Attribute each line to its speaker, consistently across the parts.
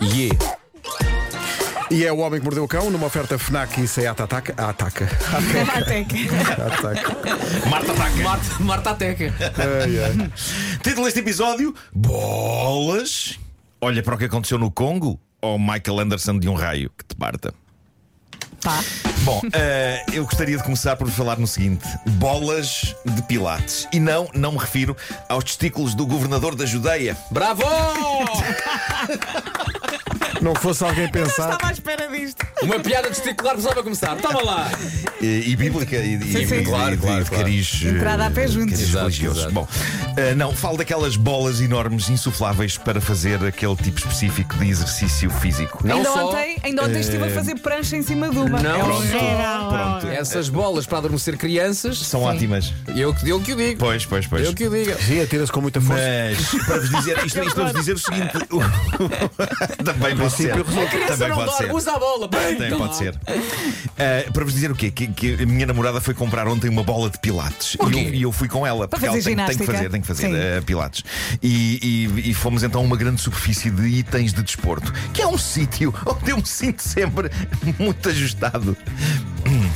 Speaker 1: Yeah.
Speaker 2: E é o Homem que Mordeu o Cão, numa oferta FNAC e Seat Ataca. Ataca.
Speaker 3: Até que.
Speaker 2: Ataca.
Speaker 4: Marta ataca.
Speaker 1: Marta, Marta Teca.
Speaker 2: Ai, ai.
Speaker 4: Título deste episódio: Bolas. Olha para o que aconteceu no Congo ou Michael Anderson de um raio que te parta.
Speaker 3: Tá.
Speaker 4: Bom, eh, eu gostaria de começar por falar no seguinte: bolas de Pilates. E não, não me refiro aos testículos do governador da Judeia.
Speaker 1: Bravo!
Speaker 2: Não fosse alguém pensar.
Speaker 3: Estava à espera disto.
Speaker 1: Uma piada testicular precisava começar. Toma lá!
Speaker 4: eh, E, e bíblica e, e-
Speaker 3: Sim, sim.
Speaker 4: e- e-
Speaker 1: Claro,
Speaker 4: e-
Speaker 1: claro,
Speaker 4: de
Speaker 1: claro.
Speaker 4: cariz, eh,
Speaker 3: Entrada a pé juntos.
Speaker 4: cariz
Speaker 1: Exato,
Speaker 4: religioso.
Speaker 1: exato.
Speaker 4: Bom, eh, não, falo daquelas bolas enormes, insufláveis para fazer aquele tipo específico de exercício físico.
Speaker 1: Não
Speaker 3: ainda,
Speaker 1: só-
Speaker 3: ontem, ainda ontem estive
Speaker 4: Eh,
Speaker 3: a fazer prancha em cima de uma.
Speaker 1: Não.
Speaker 3: é um
Speaker 1: Pronto.
Speaker 3: geral.
Speaker 4: Pronto.
Speaker 1: Essas bolas para adormecer crianças,
Speaker 4: São ótimas.
Speaker 1: eu, que- eu que o digo.
Speaker 4: Pois, pois, pois.
Speaker 1: Eu que o digo.
Speaker 2: Sim, atira-se com muita força.
Speaker 4: Mas para vos dizer, isto, é, isto para vos dizer o seguinte: o- também pode ser.
Speaker 1: Criança
Speaker 4: Também
Speaker 1: não
Speaker 4: pode
Speaker 1: dorme,
Speaker 4: ser.
Speaker 1: usa a bola. Bem,
Speaker 4: Também
Speaker 1: toma
Speaker 4: pode
Speaker 1: lá.
Speaker 4: ser. Ah, para vos dizer o quê? Que, que a minha namorada foi comprar ontem uma bola de pilates
Speaker 1: Por
Speaker 4: e
Speaker 1: quê?
Speaker 4: eu, e eu fui com ela.
Speaker 3: Para
Speaker 4: porque
Speaker 3: fazer
Speaker 4: ela tem, tem que
Speaker 3: ginástica?
Speaker 4: fazer, tem que fazer
Speaker 3: Sim.
Speaker 4: ah, pilates. E, e- e fomos então a uma grande superfície de itens de desporto, que é um sítio onde eu me sinto sempre muito ajustado. Hum.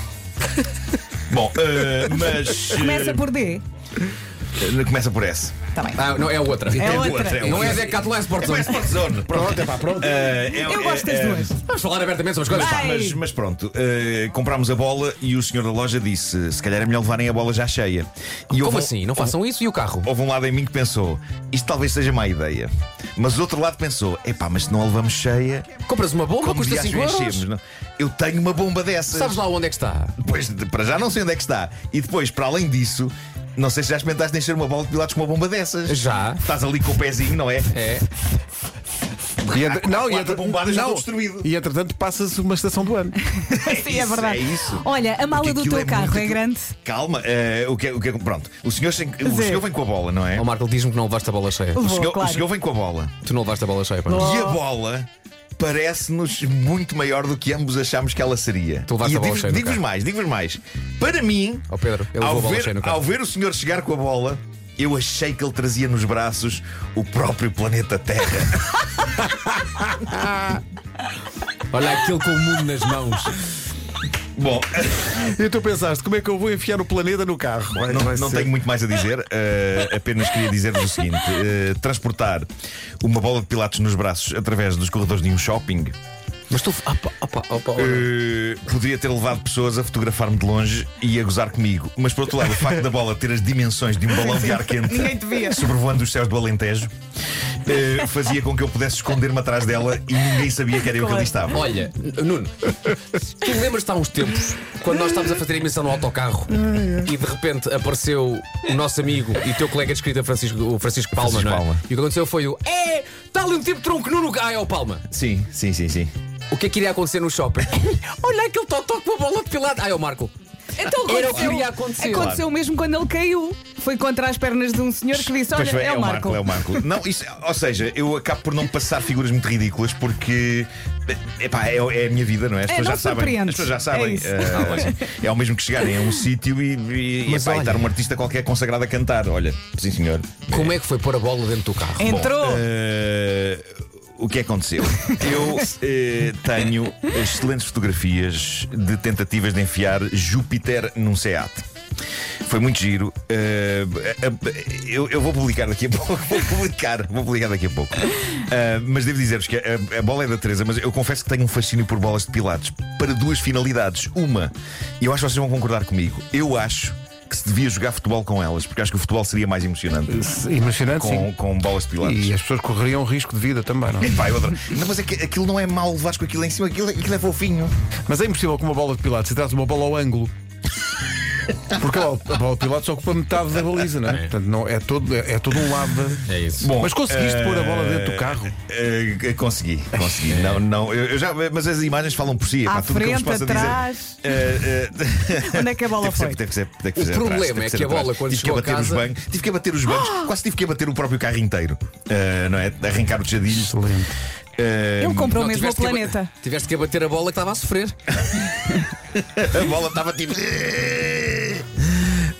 Speaker 4: Bom, ah, mas.
Speaker 3: Começa por D.
Speaker 4: ah, começa por S.
Speaker 3: Tá bem.
Speaker 1: Ah, não, é outra.
Speaker 3: É
Speaker 4: boa,
Speaker 3: outra.
Speaker 4: é
Speaker 1: Não
Speaker 4: boa.
Speaker 1: é Decathlon, é Sport
Speaker 4: É
Speaker 1: Zone.
Speaker 4: Sport Zone. Pronto, é pá, pronto.
Speaker 3: Eu gosto
Speaker 4: Eh,
Speaker 3: das duas.
Speaker 1: Vamos falar abertamente sobre as coisas.
Speaker 3: Vai.
Speaker 4: Mas, mas pronto, eh, comprámos a bola e o senhor da loja disse: se calhar é melhor levarem a bola já cheia. E
Speaker 1: Como
Speaker 4: houve um-
Speaker 1: assim? Não façam isso e o carro?
Speaker 4: Houve um lado em mim que pensou: isto talvez seja má ideia. Mas outro lado pensou: epá, mas se não a levamos cheia,
Speaker 1: Compras uma bomba,
Speaker 4: como
Speaker 1: custa
Speaker 4: dias
Speaker 1: 5 euros.
Speaker 4: enchemos? não? Eu tenho uma bomba dessas.
Speaker 1: Sabes lá onde é que está?
Speaker 4: Pois, de- para já não sei onde é que está. E depois, para além disso, não sei se já experimentaste encher uma bola de pilates com uma bomba dessas.
Speaker 1: Já.
Speaker 4: Estás ali com o pezinho, não é?
Speaker 1: É.
Speaker 2: E entre- não, e
Speaker 4: Quatro
Speaker 2: entre-
Speaker 4: bombadas já
Speaker 2: não.
Speaker 4: estou destruído.
Speaker 2: E entretanto passa-se uma estação do ano.
Speaker 3: Sim, é
Speaker 4: isso,
Speaker 3: verdade.
Speaker 4: é isso.
Speaker 3: Olha, a mala
Speaker 4: Porque
Speaker 3: do
Speaker 4: aquilo
Speaker 3: teu
Speaker 4: é
Speaker 3: carro
Speaker 4: muito-
Speaker 3: é grande.
Speaker 4: Calma, eh, o, que, é- o que é- Pronto, o senhor, sem- o
Speaker 3: Zé.
Speaker 4: senhor vem com a bola, não é?
Speaker 1: Ó Marco, diz-me que não levaste a bola cheia.
Speaker 4: O
Speaker 3: Levou,
Speaker 4: senhor,
Speaker 3: claro.
Speaker 4: o senhor vem com a bola.
Speaker 1: Tu não levaste a bola cheia, pá.
Speaker 4: E a bola parece-nos muito maior do que ambos achámos que ela seria.
Speaker 1: Tu levaste
Speaker 4: e
Speaker 1: a bola
Speaker 4: digo-
Speaker 1: cheia no
Speaker 4: Digo-vos
Speaker 1: carro.
Speaker 4: mais, digo-vos mais. Para mim,
Speaker 1: Ó Pedro, ele levou
Speaker 4: ao,
Speaker 1: a bola cheia
Speaker 4: ver,
Speaker 1: no carro.
Speaker 4: ao ver o senhor chegar com a bola, eu achei que ele trazia nos braços o próprio planeta Terra.
Speaker 1: Olha aquilo com o mundo nas mãos.
Speaker 4: Bom,
Speaker 2: E tu pensaste, como é que eu vou enfiar o planeta no carro? Vai-
Speaker 4: não,
Speaker 2: vai
Speaker 4: não
Speaker 2: ser-
Speaker 4: tenho muito mais a dizer, eh, apenas queria dizer-vos o seguinte: eh, transportar uma bola de pilates nos braços através dos corredores de um shopping.
Speaker 1: Mas tu. Opa, opa, opa. olha.
Speaker 4: Uh, poderia ter levado pessoas a fotografar-me de longe e a gozar comigo. Mas por outro lado, o facto da bola ter as dimensões de um balão de ar quente
Speaker 3: Ninguém te via.
Speaker 4: sobrevoando os céus do Alentejo uh, fazia com que eu pudesse esconder-me atrás dela e ninguém sabia que era eu que ali estava.
Speaker 1: Olha, Nuno, tu lembras-te há uns tempos, quando nós estávamos a fazer a emissão no autocarro e de repente apareceu o nosso amigo e teu colega de escrita, Francisco, o Francisco Palma,
Speaker 4: Francisco
Speaker 1: não é?
Speaker 4: Palma.
Speaker 1: E o que aconteceu foi o. É! Está ali um tipo de tronco Nuno. Ah, é o Palma.
Speaker 4: Sim, sim, sim, sim.
Speaker 1: O que é que iria acontecer no shopping? Olha aquele totó com a bola de pilado. Ah, é o Marco.
Speaker 3: Então
Speaker 1: Era o que
Speaker 3: aconteceu-
Speaker 1: iria acontecer.
Speaker 3: Aconteceu mesmo quando ele caiu. Foi contra as pernas de um senhor que disse: Olha,
Speaker 4: Pois bem,
Speaker 3: é, o Marco.
Speaker 4: é o Marco. Não, isso- ou seja, eu acabo por não passar figuras muito ridículas porque epá, é, é a minha vida, não é? As
Speaker 3: É,
Speaker 4: pessoas
Speaker 3: não
Speaker 4: já sabem. As
Speaker 3: surpreendes.
Speaker 4: pessoas
Speaker 3: É
Speaker 4: já sabem.
Speaker 3: isso.
Speaker 4: eh, é o mesmo que chegarem a um sítio e, e, e,
Speaker 1: Mas
Speaker 4: epá, e
Speaker 1: olha-
Speaker 4: estar um artista qualquer consagrado a cantar. Olha, sim senhor.
Speaker 1: Como é que foi pôr a bola dentro do carro?
Speaker 3: É. Entrou.
Speaker 4: eh, o que aconteceu? Eu eh, tenho excelentes fotografias de tentativas de enfiar Júpiter num SEAT. Foi muito giro. Eh, eh, eu, eu vou publicar daqui a pouco. Vou publicar, vou publicar daqui a pouco. Eh, mas devo dizer-vos que a, a bola é da Teresa, mas eu confesso que tenho um fascínio por bolas de pilates para duas finalidades. Uma, e eu acho que vocês vão concordar comigo, eu acho que se devia jogar futebol com elas, porque acho que o futebol seria mais emocionante
Speaker 2: Imaginante, sim.
Speaker 4: com, com bolas de pilates.
Speaker 2: E as pessoas correriam risco de vida também, não é?
Speaker 4: Epá, eu adoro. Não, mas é que aquilo não é mau levares com aquilo em cima, aquilo, aquilo é fofinho.
Speaker 2: Mas é impossível com uma bola de pilates, se traz uma bola ao ângulo. Porque ó, a bola de pilates ocupa metade da baliza, não é? Portanto, não, é, todo, é, é todo um lado. da-
Speaker 1: É isso.
Speaker 4: Bom,
Speaker 2: Mas conseguiste pôr a bola dentro do carro?
Speaker 4: eh, consegui, consegui. Não, não, eu, eu já, mas as imagens falam por si.
Speaker 3: À
Speaker 4: epá, tudo o que eu vos
Speaker 3: frente,
Speaker 4: posso
Speaker 3: atrás.
Speaker 4: Dizer, Eh, eh,
Speaker 3: Onde é que a bola
Speaker 4: teve ser-
Speaker 3: foi?
Speaker 4: teve que ser- teve que
Speaker 1: O
Speaker 4: ser
Speaker 1: problema
Speaker 4: atrás, teve
Speaker 1: é
Speaker 4: ser
Speaker 1: que a bola,
Speaker 4: atrás.
Speaker 1: quando
Speaker 4: tive que
Speaker 1: chegou a
Speaker 4: abater os
Speaker 1: casa-
Speaker 4: bancos, tive que abater os bancos, quase tive que abater o próprio carro inteiro, Eh, não é? Arrancar o tejadilho.
Speaker 2: Excelente.
Speaker 4: Eh,
Speaker 3: Ele comprou
Speaker 1: Não,
Speaker 3: mesmo o
Speaker 1: tiveste que aba-
Speaker 3: planeta.
Speaker 1: Tiveste que abater a bola
Speaker 4: É
Speaker 1: que estava a sofrer.
Speaker 4: A bola estava tipo.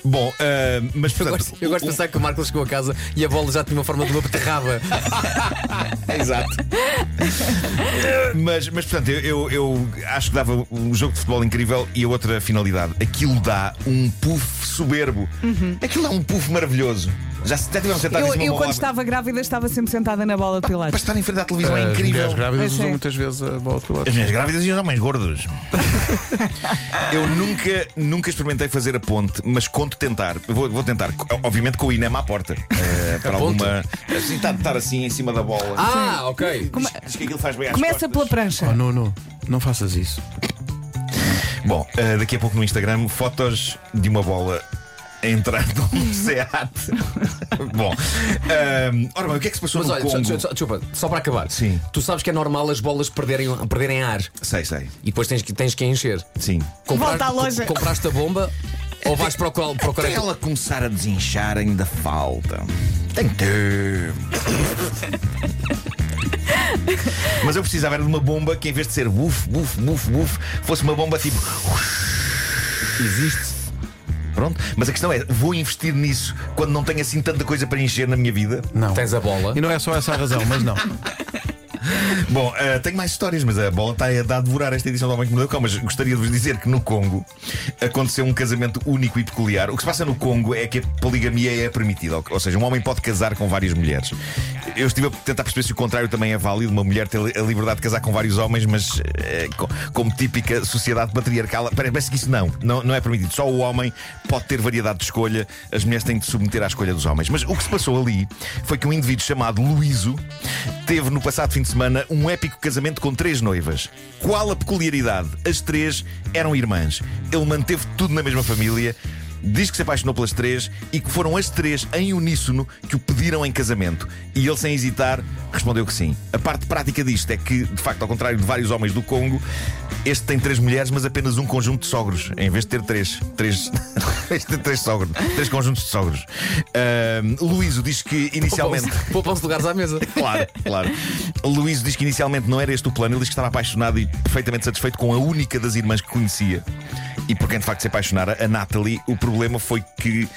Speaker 4: Bom, ah, mas
Speaker 1: Eu
Speaker 4: portanto.
Speaker 1: gosto, eu gosto de pensar que o Marco chegou a casa e a bola já tinha uma forma de uma beterraba.
Speaker 4: Exato. mas, mas portanto, eu, eu- eu acho que dava um jogo de futebol incrível e a outra finalidade. Aquilo dá um puff soberbo. Aquilo dá um puff maravilhoso. Já, se- já tiveram sentado em
Speaker 3: Uhum. Eu,
Speaker 4: cima de
Speaker 3: eu
Speaker 4: Tá, uma
Speaker 3: quando
Speaker 4: bola-
Speaker 3: estava grávida, estava sempre sentada na bola de
Speaker 4: Para
Speaker 3: pilates.
Speaker 4: estar em frente à televisão é
Speaker 2: As
Speaker 4: incrível.
Speaker 2: Ah, mulheres grávidas
Speaker 3: Pois
Speaker 2: usam
Speaker 3: é.
Speaker 2: muitas vezes a bola de
Speaker 4: As
Speaker 2: pilates.
Speaker 4: minhas grávidas e os homens gordos. Eu nunca, nunca experimentei fazer a ponte, mas conto tentar. Eu Vou, vou tentar, co- obviamente com o Inema à porta. Eh, para
Speaker 1: ponte?
Speaker 4: alguma. Assim, estar, estar assim em cima da bola.
Speaker 1: Ah, ok.
Speaker 4: diz, diz que aquilo faz bem às
Speaker 3: Começa pela
Speaker 4: costas.
Speaker 2: Oh,
Speaker 3: prancha.
Speaker 2: não, não, não faças isso.
Speaker 4: Bom, eh, daqui a pouco no Instagram, fotos de uma bola a entrar num SEAT. Bom, ehm, ora bem, o que é que se passou
Speaker 1: Mas
Speaker 4: no
Speaker 1: olha,
Speaker 4: Congo?
Speaker 1: só- só- desculpa, só para acabar.
Speaker 4: Sim.
Speaker 1: Tu sabes que é normal as bolas perderem, perderem ar
Speaker 4: Sei, sei.
Speaker 1: e depois tens que, tens que encher.
Speaker 4: Sim.
Speaker 3: Volta à loja.
Speaker 1: co- Compraste a bomba ou vais procurar. procurar
Speaker 4: Para ela começar a desinchar, ainda falta. Tem tempo. Mas eu precisava era de uma bomba que, em vez de ser buf, buf, buf, buf, fosse uma bomba tipo. Existe. Pronto. Mas a questão é: vou investir nisso quando não tenho assim tanta coisa para encher na minha vida?
Speaker 2: Não.
Speaker 1: Tens a bola.
Speaker 2: E não é só essa a razão, mas não.
Speaker 4: Bom, eh, tenho mais histórias, mas a bola está a dar a devorar esta edição do Homem que Mordeu o Cão. Mas gostaria de vos dizer que no Congo aconteceu um casamento único e peculiar. O que se passa no Congo é que a poligamia é permitida, ou- ou seja, um homem pode casar com várias mulheres. Eu estive a tentar perceber se o contrário também é válido, uma mulher ter a liberdade de casar com vários homens, mas eh, co- como típica sociedade patriarcal, parece parece que isso não, não, não é permitido. Só o homem pode ter variedade de escolha, as mulheres têm de se submeter à escolha dos homens. Mas o que se passou ali foi que um indivíduo chamado Luíso teve no passado fim de semana um épico casamento com três noivas. Qual a peculiaridade? As três eram irmãs. Ele manteve tudo na mesma família. Diz que se apaixonou pelas três e que foram as três em uníssono que o pediram em casamento. E ele, sem hesitar, respondeu que sim. A parte prática disto é que, de facto, ao contrário de vários homens do Congo, este tem três mulheres, mas apenas um conjunto de sogros, em vez de ter três. Três, este três sogros, três conjuntos de sogros. Ahm, Luíso diz que inicialmente.
Speaker 1: Poupam-se- Poupam-se lugares à mesa.
Speaker 4: Claro, claro. Luís diz que inicialmente não era este o plano, ele diz que estava apaixonado e perfeitamente satisfeito com a única das irmãs que conhecia. E por quem de facto se apaixonara, a Natalie, o problema foi que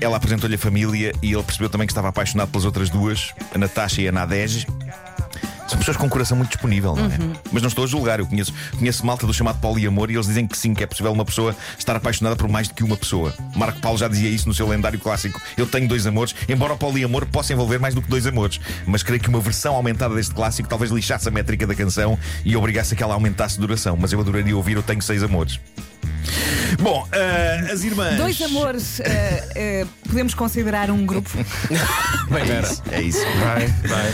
Speaker 4: ela apresentou-lhe a família e ele percebeu também que estava apaixonado pelas outras duas, a Natasha e a Nadege. São pessoas com um coração muito disponível, não é? Mas não estou a julgar, eu conheço, conheço malta do chamado poliamor e eles dizem que sim, que é possível uma pessoa estar apaixonada por mais do que uma pessoa. Marco Paulo já dizia isso no seu lendário clássico Eu Tenho Dois Amores, embora o poliamor possa envolver mais do que dois amores. Mas creio que uma versão aumentada deste clássico talvez lixasse a métrica da canção e obrigasse a que ela aumentasse duração. Mas eu adoraria ouvir Eu Tenho Seis Amores. Bom, ah, as irmãs.
Speaker 3: Dois amores, eh, eh, podemos considerar um grupo.
Speaker 4: É isso, é isso.
Speaker 2: Vai.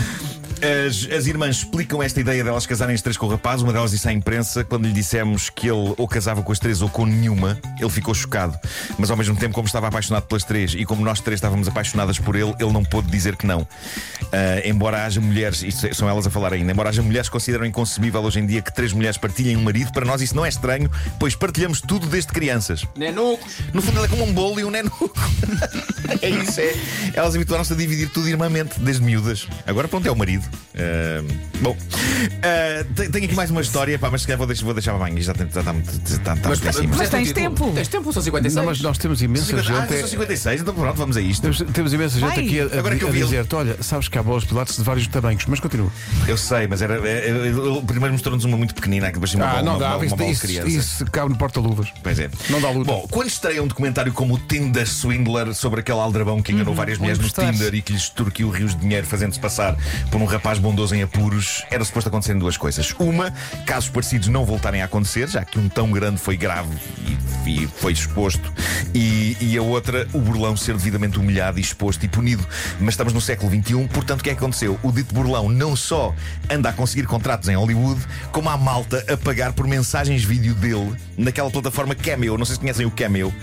Speaker 4: As, as irmãs explicam esta ideia delas casarem as três com o rapaz. Uma delas disse à imprensa quando lhe dissemos que ele ou casava com as três ou com nenhuma. Ele ficou chocado. Mas ao mesmo tempo, como estava apaixonado pelas três e como nós três estávamos apaixonadas por ele, ele não pôde dizer que não. Ah, embora haja mulheres, isto é, são elas a falar ainda, embora haja mulheres que consideram inconcebível hoje em dia que três mulheres partilhem um marido, para nós isso não é estranho, pois partilhamos tudo desde crianças. No fundo, ela é como um bolo e um nenuco. é isso, é. Elas habituaram-se a dividir tudo irmamente, desde miúdas. Agora, pronto, é o marido. Ahm, bom, Ah, te- tenho aqui mais uma história, pá, mas se calhar vou deixar, vou deixar para banho. Já está tá, muito- tá, tá, tá, muito em cima.
Speaker 3: mas tens tempo.
Speaker 1: Tens tempo, são 56.
Speaker 2: Não, mas nós temos imensa
Speaker 4: Ah,
Speaker 2: gente.
Speaker 4: são 56, então pronto, vamos a isto.
Speaker 2: Temos, temos imensa gente
Speaker 3: Ai,
Speaker 2: aqui a,
Speaker 4: agora que eu
Speaker 2: a, a
Speaker 4: vi ele.
Speaker 2: dizer-te: olha, sabes que há bolas de pilates de vários tamanhos, mas continua.
Speaker 4: Eu sei, mas era. é- é- Ele primeiro mostrou-nos uma muito pequenina, que depois tinha uma bola, uma, bola- uma bola de
Speaker 2: Ah, isso,
Speaker 4: criança.
Speaker 2: isso cabe no porta-luvas.
Speaker 4: Pois é.
Speaker 2: Não dá luta.
Speaker 4: Bom, quando estreia um documentário como o Tinder Swindler sobre aquele aldrabão que
Speaker 2: Uhum,
Speaker 4: enganou várias mulheres no
Speaker 3: gostar.
Speaker 4: Tinder e que lhes extorquiu rios de dinheiro fazendo-se passar por um rapaz bondoso em apuros, era suposto acontecerem duas coisas. Uma, casos parecidos não voltarem a acontecer, já que um tão grande foi grave e, e foi exposto. E, e a outra, o burlão ser devidamente humilhado, e exposto e punido. Mas estamos no século XXI, portanto, o que é que aconteceu? O dito burlão não só anda a conseguir contratos em Hollywood, como há malta a pagar por mensagens vídeo dele naquela plataforma Cameo. Não sei se conhecem o Cameo.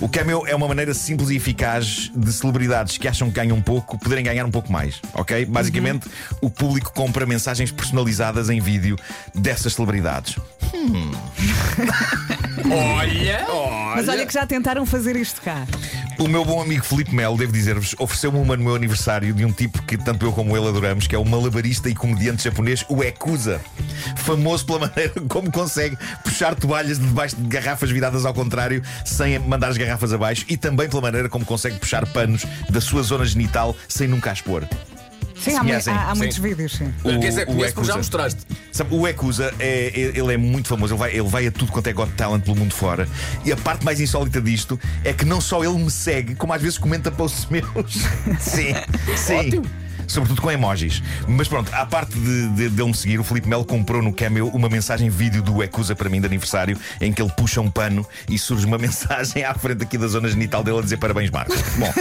Speaker 4: O Cameo é uma maneira simples e eficaz de celebridades que acham que ganham pouco poderem ganhar um pouco mais, ok? Basicamente, o público compra mensagens personalizadas em vídeo dessas celebridades.
Speaker 1: Olha!
Speaker 3: Mas olha que já tentaram fazer isto cá.
Speaker 4: O meu bom amigo Filipe Melo, devo dizer-vos, ofereceu-me uma no meu aniversário de um tipo que tanto eu como ele adoramos, que é o malabarista e comediante japonês, o Ekuza. Famoso pela maneira como consegue puxar toalhas de debaixo de garrafas viradas ao contrário, sem mandar as garrafas abaixo, e também pela maneira como consegue puxar panos da sua zona genital sem nunca a expor.
Speaker 3: Sim, há,
Speaker 4: Sim,
Speaker 3: mui-
Speaker 4: é, sim,
Speaker 3: há- há
Speaker 4: sim.
Speaker 3: muitos vídeos, sim.
Speaker 1: Quer dizer,
Speaker 4: o
Speaker 1: conheço porque já
Speaker 4: Ekuza.
Speaker 1: mostraste.
Speaker 4: Sabe, o Ekuza é, ele é muito famoso, ele vai, ele vai a tudo quanto é Got Talent pelo mundo fora. E a parte mais insólita disto é que não só ele me segue, como às vezes comenta posts meus. sim, sim. Sobretudo com emojis. Mas pronto, à parte de, de, dele me seguir, o Filipe Melo comprou no Cameo uma mensagem vídeo do Ecusa para mim de aniversário, em que ele puxa um pano e surge uma mensagem à frente aqui da zona genital dele a dizer parabéns, Marco. Bom,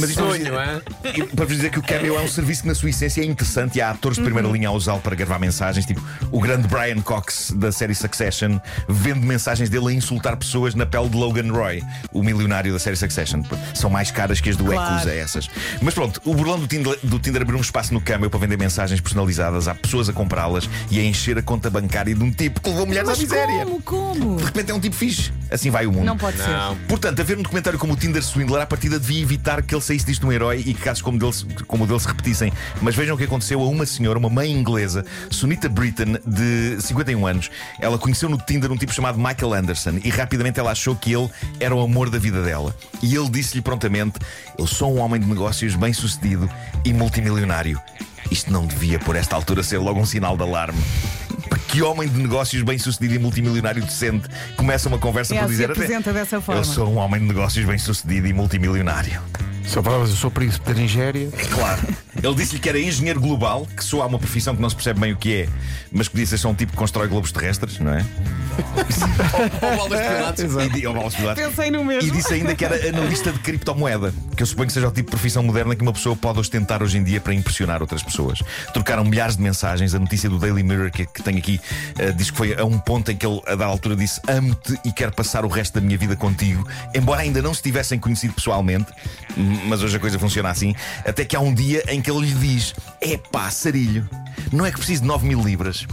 Speaker 4: mas isto
Speaker 1: Sonho, não é?
Speaker 4: e para vos dizer que o Cameo é um serviço que, na sua essência, é interessante e há atores de primeira
Speaker 3: Uhum.
Speaker 4: linha a usá-lo para gravar mensagens. Tipo, o grande Brian Cox da série Succession vende mensagens dele a insultar pessoas na pele de Logan Roy, o milionário da série Succession. São mais caras que as do
Speaker 3: Claro.
Speaker 4: Ecusa, essas. Mas pronto, o burlão do Tinder, do Tinder abriu um espaço no Cameo para vender mensagens personalizadas, há pessoas a comprá-las e a encher a conta bancária de um tipo que levou mulheres à miséria.
Speaker 3: como? Como?
Speaker 4: De repente é um tipo fixe. Assim vai o mundo.
Speaker 3: Não pode ser.
Speaker 1: Não.
Speaker 4: Portanto, haver um documentário como o Tinder Swindler, à partida devia evitar que ele saísse disto um herói e que casos como, dele, se- como o dele se repetissem. Mas vejam o que aconteceu a uma senhora, uma mãe inglesa, Sunita Britton, de 51 anos. Ela conheceu no Tinder um tipo chamado Michael Anderson e rapidamente ela achou que ele era o amor da vida dela. E ele disse-lhe prontamente: Eu sou um homem de negócios bem sucedido e multimilionário. Isto não devia, por esta altura, ser logo um sinal de alarme. Que homem de negócios bem sucedido e multimilionário decente começa uma conversa
Speaker 3: É,
Speaker 4: por
Speaker 3: se
Speaker 4: dizer
Speaker 3: apresenta dessa
Speaker 4: Eu
Speaker 3: forma."
Speaker 4: sou um homem de negócios bem sucedido e multimilionário.
Speaker 2: Só palavras, eu sou príncipe da Nigéria.
Speaker 4: É claro. Ele disse-lhe que era engenheiro global, que só há uma profissão que não se percebe bem o que é, mas que disse ser só um tipo que constrói globos terrestres, não é?
Speaker 1: Ou baldas de pilates.
Speaker 4: E di- ou balas de pilates.
Speaker 3: Pensei no mesmo.
Speaker 4: E disse ainda que era analista de criptomoeda, que eu suponho que seja o tipo de profissão moderna que uma pessoa pode ostentar hoje em dia para impressionar outras pessoas. Trocaram milhares de mensagens. A notícia do Daily Mirror que, que tenho aqui eh, diz que foi a um ponto em que ele, a dada altura, disse: Amo-te e quero passar o resto da minha vida contigo. Embora ainda não se tivessem conhecido pessoalmente, m- mas hoje a coisa funciona assim. Até que há um dia em que ele lhe diz: É pá, sarilho, não é que preciso de 9 mil libras.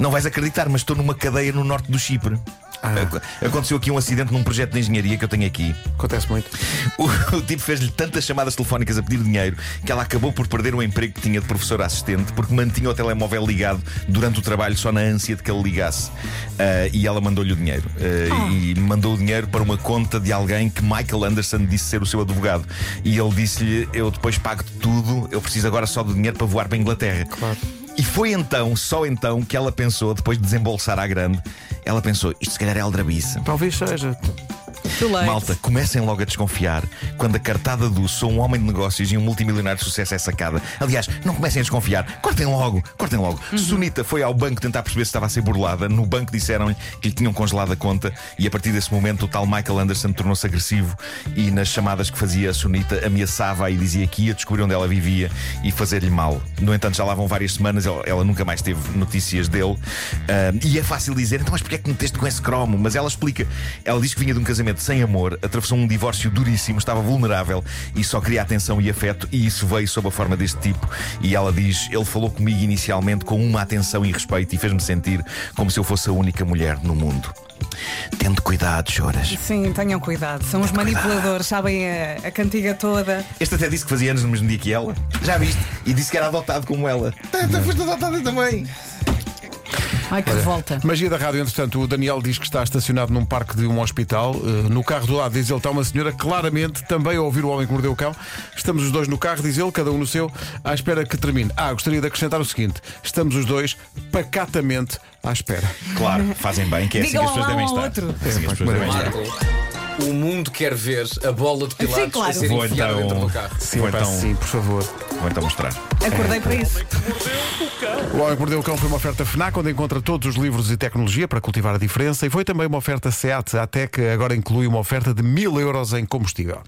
Speaker 4: Não vais acreditar, mas estou numa cadeia no norte do Chipre. Ac- Aconteceu aqui um acidente num projeto de engenharia que eu tenho aqui.
Speaker 2: Acontece muito.
Speaker 4: O, o tipo fez-lhe tantas chamadas telefónicas a pedir dinheiro que ela acabou por perder o emprego que tinha de professora assistente porque mantinha o telemóvel ligado durante o trabalho só na ânsia de que ele ligasse. Ah, e ela mandou-lhe o dinheiro. Ah, E mandou o dinheiro para uma conta de alguém que Michael Anderson disse ser o seu advogado. E ele disse-lhe: Eu depois pago tudo, eu preciso agora só do dinheiro para voar para a Inglaterra. E foi então, só então, que ela pensou, depois de desembolsar à grande, ela pensou: Isto se calhar é aldrabice.
Speaker 2: Talvez seja.
Speaker 3: Too late.
Speaker 4: Malta, comecem logo a desconfiar quando a cartada do sou um homem de negócios e um multimilionário de sucesso é sacada. Aliás, não comecem a desconfiar. Cortem logo, cortem logo. Sunita foi ao banco tentar perceber se estava a ser burlada. No banco disseram-lhe que lhe tinham congelado a conta e a partir desse momento o tal Michael Anderson tornou-se agressivo e nas chamadas que fazia a Sunita ameaçava e dizia que ia descobrir onde ela vivia e fazer-lhe mal. No entanto, já lá vão várias semanas, ela, ela nunca mais teve notícias dele. Ah, e é fácil dizer, então, mas porquê é que meteste com esse cromo? Mas ela explica. Ela diz que vinha de um casamento sem amor, atravessou um divórcio duríssimo, estava vulnerável e só queria atenção e afeto, e isso veio sob a forma deste tipo. E ela diz: ele falou comigo inicialmente com uma atenção e respeito e fez-me sentir como se eu fosse a única mulher no mundo. Tendo cuidado, choras.
Speaker 3: Sim, tenham cuidado. São os manipuladores, sabem a, a cantiga toda.
Speaker 4: Este até disse que fazia anos no mesmo dia que ela. Já viste? E disse que era adotado como ela. Tanta foste adotada também.
Speaker 3: Ai, que revolta.
Speaker 2: Magia da rádio, entretanto, o Daniel diz que está estacionado num parque de um hospital. Eh, no carro do lado, diz ele, está uma senhora claramente também a ouvir o homem que mordeu o cão. Estamos os dois no carro, diz ele, cada um no seu, à espera que termine. Ah, gostaria de acrescentar o seguinte: estamos os dois pacatamente à espera.
Speaker 4: Claro, fazem bem, que é assim que
Speaker 3: Digam
Speaker 4: as pessoas
Speaker 3: olá
Speaker 4: devem
Speaker 3: um ao
Speaker 4: estar.
Speaker 3: outro.
Speaker 4: É assim que as pessoas devem estar.
Speaker 1: Marco, o mundo quer ver a bola de pilates
Speaker 3: Sim, claro.
Speaker 1: a ser
Speaker 4: Vou
Speaker 1: enfiada
Speaker 4: então-
Speaker 1: dentro do carro.
Speaker 4: Vou então-
Speaker 2: sim, por favor.
Speaker 4: Vou então mostrar.
Speaker 3: Acordei para isso.
Speaker 2: O Homem que Mordeu o Cão foi uma oferta FNAC, onde encontra todos os livros e tecnologia para cultivar a diferença, e foi também uma oferta SEAT, até que agora inclui uma oferta de mil euros em combustível.